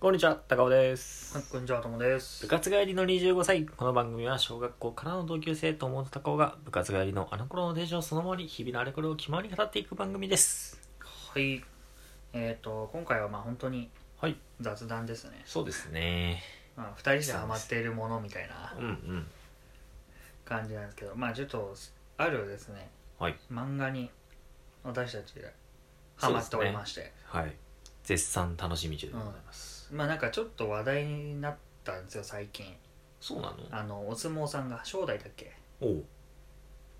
こんにちは、高尾です。はい、こんにちは、ともです部。活帰りの25歳。この番組は小学校からの同級生、友と高尾が部活帰りのあの頃のテンションそのままに日々のあれこれを決まり語っていく番組です。はい。えっ、と、今回はまあ本当にはい、雑談ですね。そうですね。まあ、二人でハマっているものみたいなうんうん。感じなんですけど、まあちょっと、あるですね、はい。漫画に私たちでハマっておりまして、はい。絶賛楽しみ中でございます。まあなんかちょっと話題になったんですよ、最近。そうなのあの、お相撲さんが、正代だっけおう。好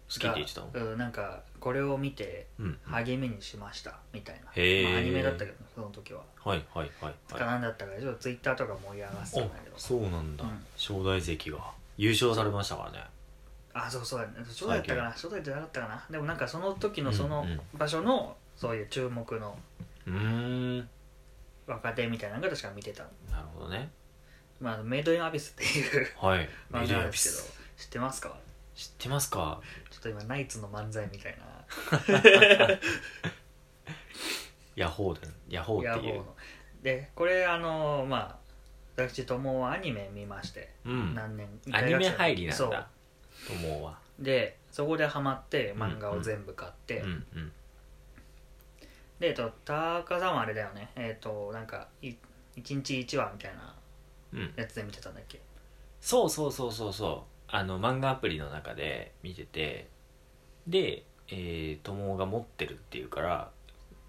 きって言ってたのがうん、なんか、これを見て、うんうん。はい励みにしました、みたいな。へーまあアニメだったけど、その時は。はいはいかはい。何だったかで、ちょっとツイッターとか盛り上がってたんだけどお。そうなんだうん。正代関が優勝されましたからね。あそうそうだね初代だったかな初代じゃなかったかなでもなんかその時のそのうんうん場所のそういう注目のうーん。若手みたいなのが確か見てた、なるほどね。まあ、メイドインアビスっていうはい。漫メデ画ィアオなんでフィすけスど知ってますか知ってますかちょっと今ナイツの漫才みたいなヤホーでヤホーヤってホいーうのでこれあのまあ私ともはアニメ見まして、うん何年アニメ入りなんそうだと思うわでそこでハマって漫画を全部買っうて、んうんでえっとタカさんはあれだよねえっ、となんかい1日1話みたいなうんやつで見てたんだっけそうそうそうそうそうあの漫画アプリの中で見ててでえー友が持ってるっていうから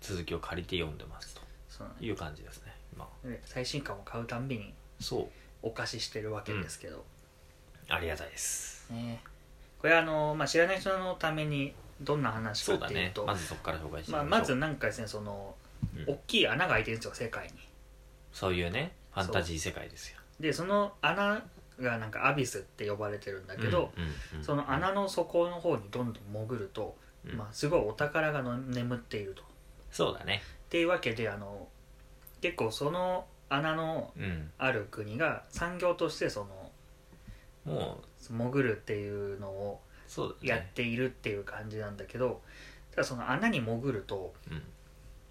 続きを借りて読んでますそうという感じですね今で最新刊を買うたんびにそうお貸ししてるわけですけど、ありがたいですねこれあの、まあ、知らない人のためにどんな話そうかっだていうねとまずそこから紹介してみまあ、まましょずうなんかですねその、うん大きい穴が開いてるんですよ世界にそういうねファンタジー世界ですよでその穴がなんかアビスって呼ばれてるんだけど、うんうんうんその穴の底の方にどんどん潜ると、うんまあ、すごいお宝がの眠っているとっそうだねていうわけであの結構その穴のうんある国が産業としてそのもう潜るっていうのをそうだやっねているっていう感じなんだけどただその穴に潜るとうん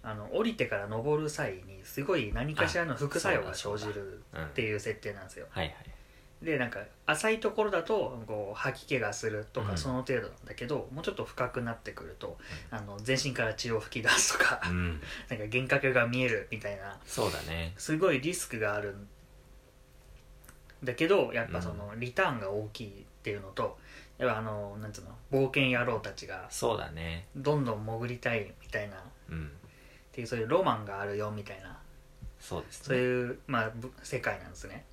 あの降りてから登る際にすごい何かしらの副作用があそうだ生じそうだるうんっていう設定なんですよはいはいでなんか浅いところだとこう吐き気がするとうかんその程度なんだけど、もうちょっと深くなってくるとあの全身から血を吹き出すとか、うんなんか幻覚が見えるみたいなそうだねすごいリスクがあるんだけどやっぱそのリターンが大きいっていうのとやっぱあのなんつうの冒険野郎たちがそうだねどんどん潜りたいみたいなっうんていうそういうロマンがあるよみたいなそうですねそういう、まあ、ぶ世界なんですね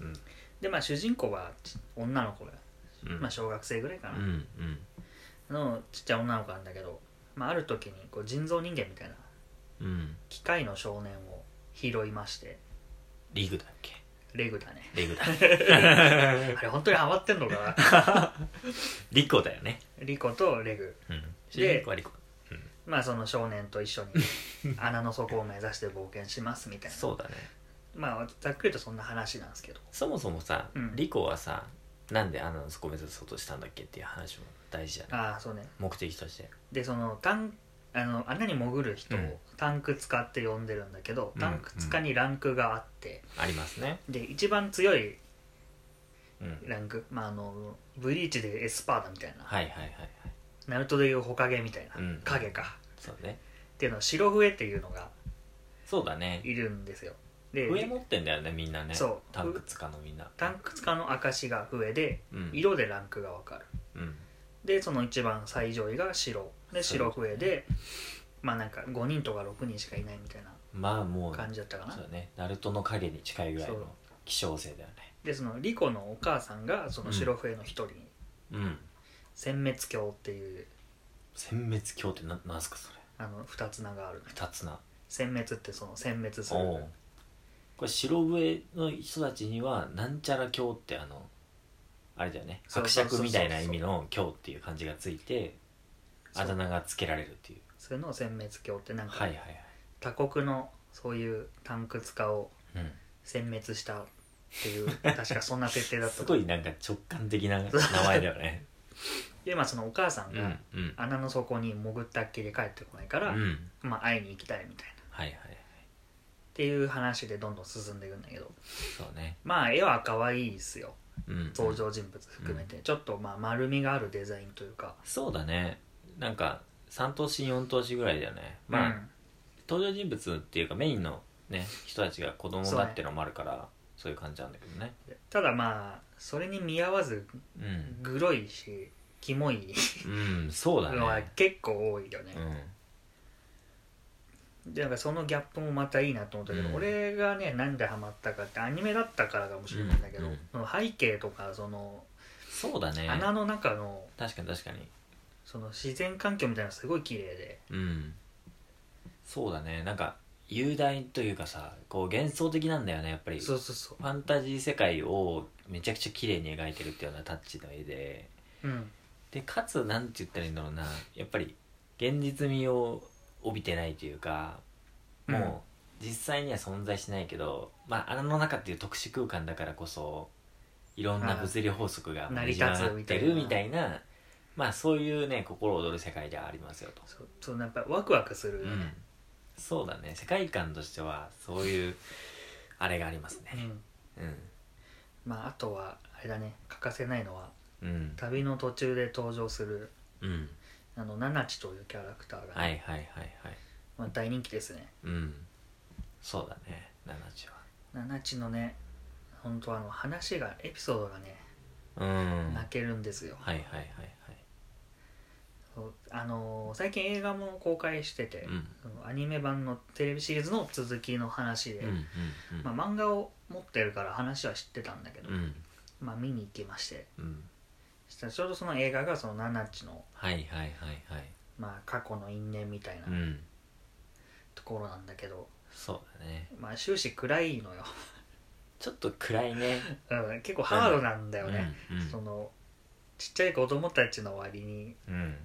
うんでまあ主人公はち女の子が、うんまあ、小学生ぐらいかなう、んうんのちっちゃい女の子なんだけど、まあ、ある時にこう人造人間みたいなうん機械の少年を拾いましてリグだっけレグだ ねリ グだあれ本当にハマってんのかなリコだよねリコとレグうん主人公はリコまあその少年と一緒に 穴の底を目指して冒険しますみたいなそうだねまあざっくりとそんな話なんですけどそもそもさうんリコはさなんであのそこ目指そうとしたんだっけっていう話も大事じゃないああそうね目的としてでそのタンあの穴に潜る人をうんタンク使って呼んでるんだけど、うんタンク使にランクがあってありますねで一番強いうんランク、まあ、あのブリーチでエスパーだみたいな、はいはいはいはいナルトでいうホカゲみたいな、うん影かそうねっていうの白笛っていうのがそうだねいるんですよで上持ってんだよねみんなねそうタンクつかのみんなタンク使の証が上でうん色でランクが分かるうんでその一番最上位が白でそういう白ことね笛でまあなんか5人とか6人しかいないみたいなまあもう感じだったかなそうだねナルトの影に近いぐらいのそう希少性だよねでそのリコのお母さんがその白笛の一人にうん殲滅鏡っていう殲滅鏡ってななんすかそれあの二つ名がある二つな殲滅ってその殲滅すおるおうこれ白笛の人たちにはなんちゃら鏡ってあのあれだよねそう伯そうそ爵うそうみたいな意味の鏡っていう漢字がついてそうあだ名がつけられるっていうそういうのを殲滅鏡ってなんはかいはいはい他国のそういうタンク使をうん殲滅したっていう 確かそんな設定だったすごと思ういなんか直感的な名前だよねでまあそのお母さんうんがうん穴の底に潜ったっきり帰ってこないかうら、んまあ会いに行きたいみたいなはいはいっていう話でどんどん進んでいくんだけどそうねまあ絵は可愛いですようん登場人物含めて、ちょっとまあ丸みがあるデザインというかそうだねなんか3頭身4頭身ぐらいだよねまあ、うん登場人物っていうかメインのね人たちが子供だってのもあるからそういう感じなんだけどねただまあそれに見合わずうんグロいしキモいうんそうだのはね結構多いよねうんでなんかそのギャップもまたいいなと思ったけど、うん俺がねなんでハマったかってアニメだったからかもしれないんだけど、うんうんその背景とかそのそうだね穴の中の確かに確かにその自然環境みたいなのすごい綺麗でうんそうだねなんか雄大というかさこう幻想的なんだよねやっぱりそうそうそファンタジー世界をめちゃくちゃ綺麗に描いてるっていうようなタッチの絵でううんでかつなんて言ったらいいんだろうなやっぱり現実味を帯びてないというかもう実際には存在しないけど、まあ、穴の中っていう特殊空間だからこそいろんな物理法則があー成り立つみたいなってるみたいなまあそういうね心躍る世界ではありますよと、そうそうやっぱワクワクするうよねん、そうだね世界観としてはそういうあれがありますうねんうんまああとはあれだね欠かせないのはうん旅の途中で登場するうんあのナナチというキャラクターがね、はいはいはいはいまあ、大人気ですねうんそうだねナナチはナナチのね本当あの話がエピソードがねうん泣けるんですよ、はいはいはいはいそうあのー最近映画も公開してて、うんそのアニメ版のテレビシリーズの続きの話で、うんうんうんまあ、漫画を持ってるから話は知ってたんだけど、うんまあ、見に行きましてうんそしたらちょうどその映画がそのナナチの、はいはいはいはいまあ、過去の因縁みたいなうんところなんだけど、そうだねまあ、終始暗いのよ、 ちょっと暗いねうん、結構ハードなんだよね、うんそのちっちゃい子供たちの割にうん、うん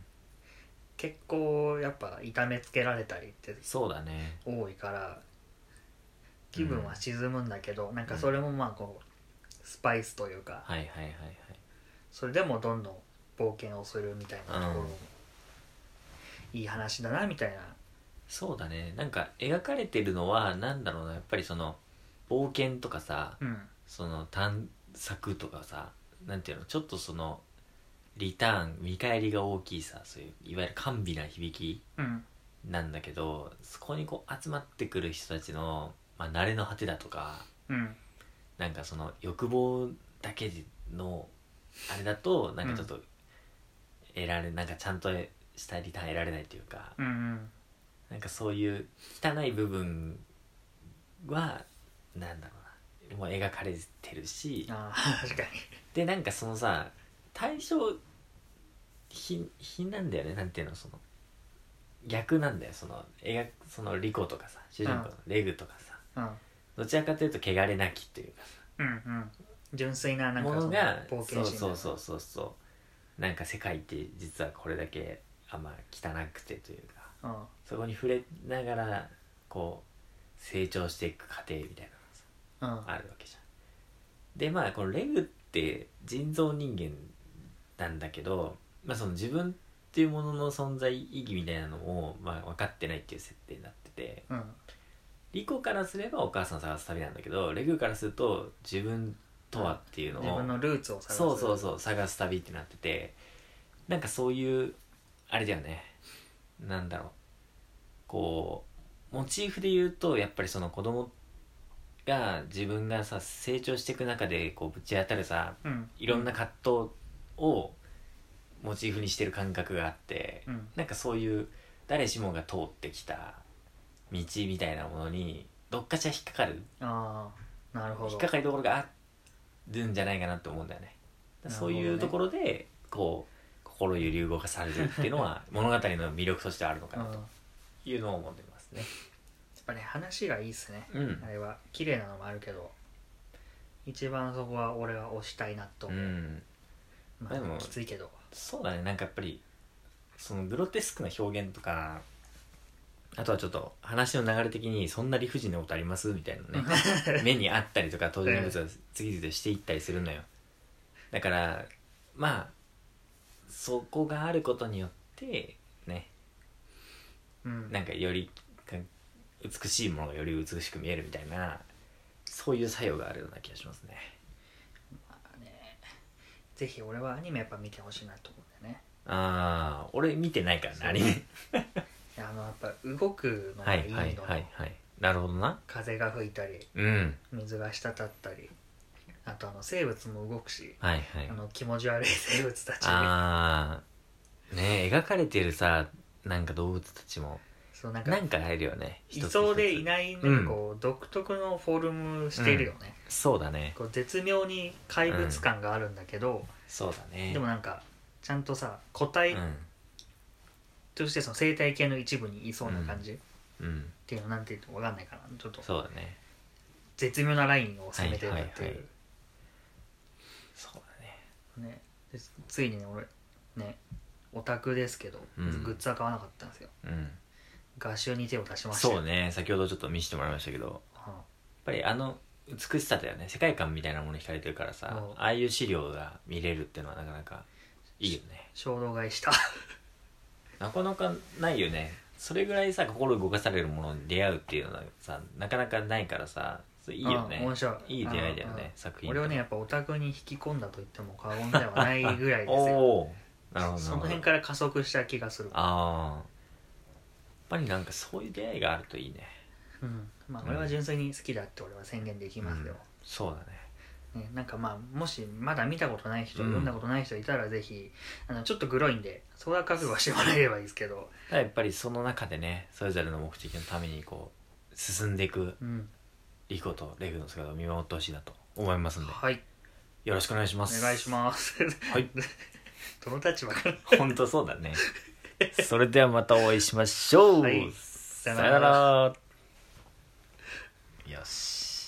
結構やっぱ痛めつけられたりってそうだね多いから気分は沈むんだけど、なんかそれもまあこうスパイスというか、はいはいはいはいそれでもどんどん冒険をするみたいなところも、いい話だなみたいなそうだねなんか描かれてるのはなんだろうなやっぱりその冒険とかさうんその探索とかさなんていうのちょっとそのリターン見返りが大きいさそういういわゆる甘美な響きうんなんだけどそこにこう集まってくる人たちの、まあ、慣れの果てだとかうんなんかその欲望だけのあれだとなんかちょっと得られ、なんかちゃんとしたリターン得られないというかうんうんなんかそういう汚い部分はなんだろうなもう描かれてるしああ 確かにでなんかそのさ対象品品なんだよねなんていうのその逆なんだよその描くそのリコとかさ主人公のレグとかさどちらかというと汚れなきっていうかうんうんうん純粋ななんかもそののが冒そ険う心そうそうそうそうなんか世界って実はこれだけあんま汚くてというかうんそこに触れながらこう成長していく過程みたいうんなのがあるわけじゃん。でまあこのレグって人造人間なんだけど、まあ、その自分っていうものの存在意義みたいなのを、まあ、分かってないっていう設定になっててうんリコからすればお母さんを探す旅なんだけどレグからすると自分とはっていうのを自分のルーツを探すそうそうそう探す旅ってなっててなんかそういうあれだよねなんだろうこうモチーフで言うとやっぱりその子供が自分がさ成長していく中でこうぶち当たるさうんいろんな葛藤をモチーフにしてる感覚があって、うんなんかそういう誰しもが通ってきた道みたいなものにどっかしら引っかかるああなるほ引どっかかりどころがあるんじゃないかなと思うんだよねなるそほどうねいうところでこう心揺り動かされるっていうの は物語の魅力としてあるのかうなんやとっいうのを思ってますねぱね話がいいっすねうんあれは綺麗なのもあるけど一番そこは俺は推したいなとう思う、んまでもあきついけどそうだねなんかやっぱりそのグロテスクな表現とかあとはちょっと話の流れ的にそんな理不尽なことありますみたいなね目にあったりとか登場人物が次々としていったりするのよだからまあそこがあることによってね うんなんかよりか美しいものがより美しく見えるみたいなそういう作用があるような気がしますねまあねぜひ俺はアニメやっぱ見てほしいなと思うんだよねああ俺見てないからねアニメいやあのやっぱ動くのはがいいいの、はいはいはいなるほどな風が吹いたりうん水が滴ったりあとあの生物も動くしはいはいあの気持ち悪い生物たちああねえ描かれてるさなんか動物たちもそうなんかなんか入るよねいそうでいいないなんうんかこう独特のフォルムしているよね、そうだねこう絶妙に怪物感があるんだけど、そうだねでもなんかちゃんとさ個体うんとしてその生態系の一部にいそうな感じ、っうんていうのなんていうのわかんないかなちょっとそうだね絶妙なラインを攻めてるなっていう、はいはいそうだねねでついにね俺ねオタクですけど、うんグッズは買わなかったんですようん画集に手を出しましたよそうね先ほどちょっと見せてもらいましたけどやっうんぱりあの美しさだよね世界観みたいなものに惹かれてるからさうんああいう資料が見れるっていうのはなかなかいいよね衝動買いしたなかなかないよねそれぐらいさ心動かされるものに出会うっていうのはさなかなかないからさそれいいよねうん面白いいい出会いだようんうんね作品俺はねやっぱオタクに引き込んだと言っても過言ではないぐらおいです よおーなるほどなるほどその辺から加速した気がするああやっぱりなんかそういう出会いがあるといいねうんまあ俺は純粋に好きだって俺は宣言できますよ、そうだねね、なんかまあもしまだ見たことない人、読んだことない人いたらぜひあのちょっとグロいんでそれは覚悟してもらえればいいですけど、ただやっぱりその中でねそれぞれの目的のためにこう進んでいくうん、リコとレフの姿を見守ってほしいなと思いますんではいよろしくお願いしますお願いしますはい どの立場からす本当そうだね それではまたお会いしましょう、はいささよなよなららよし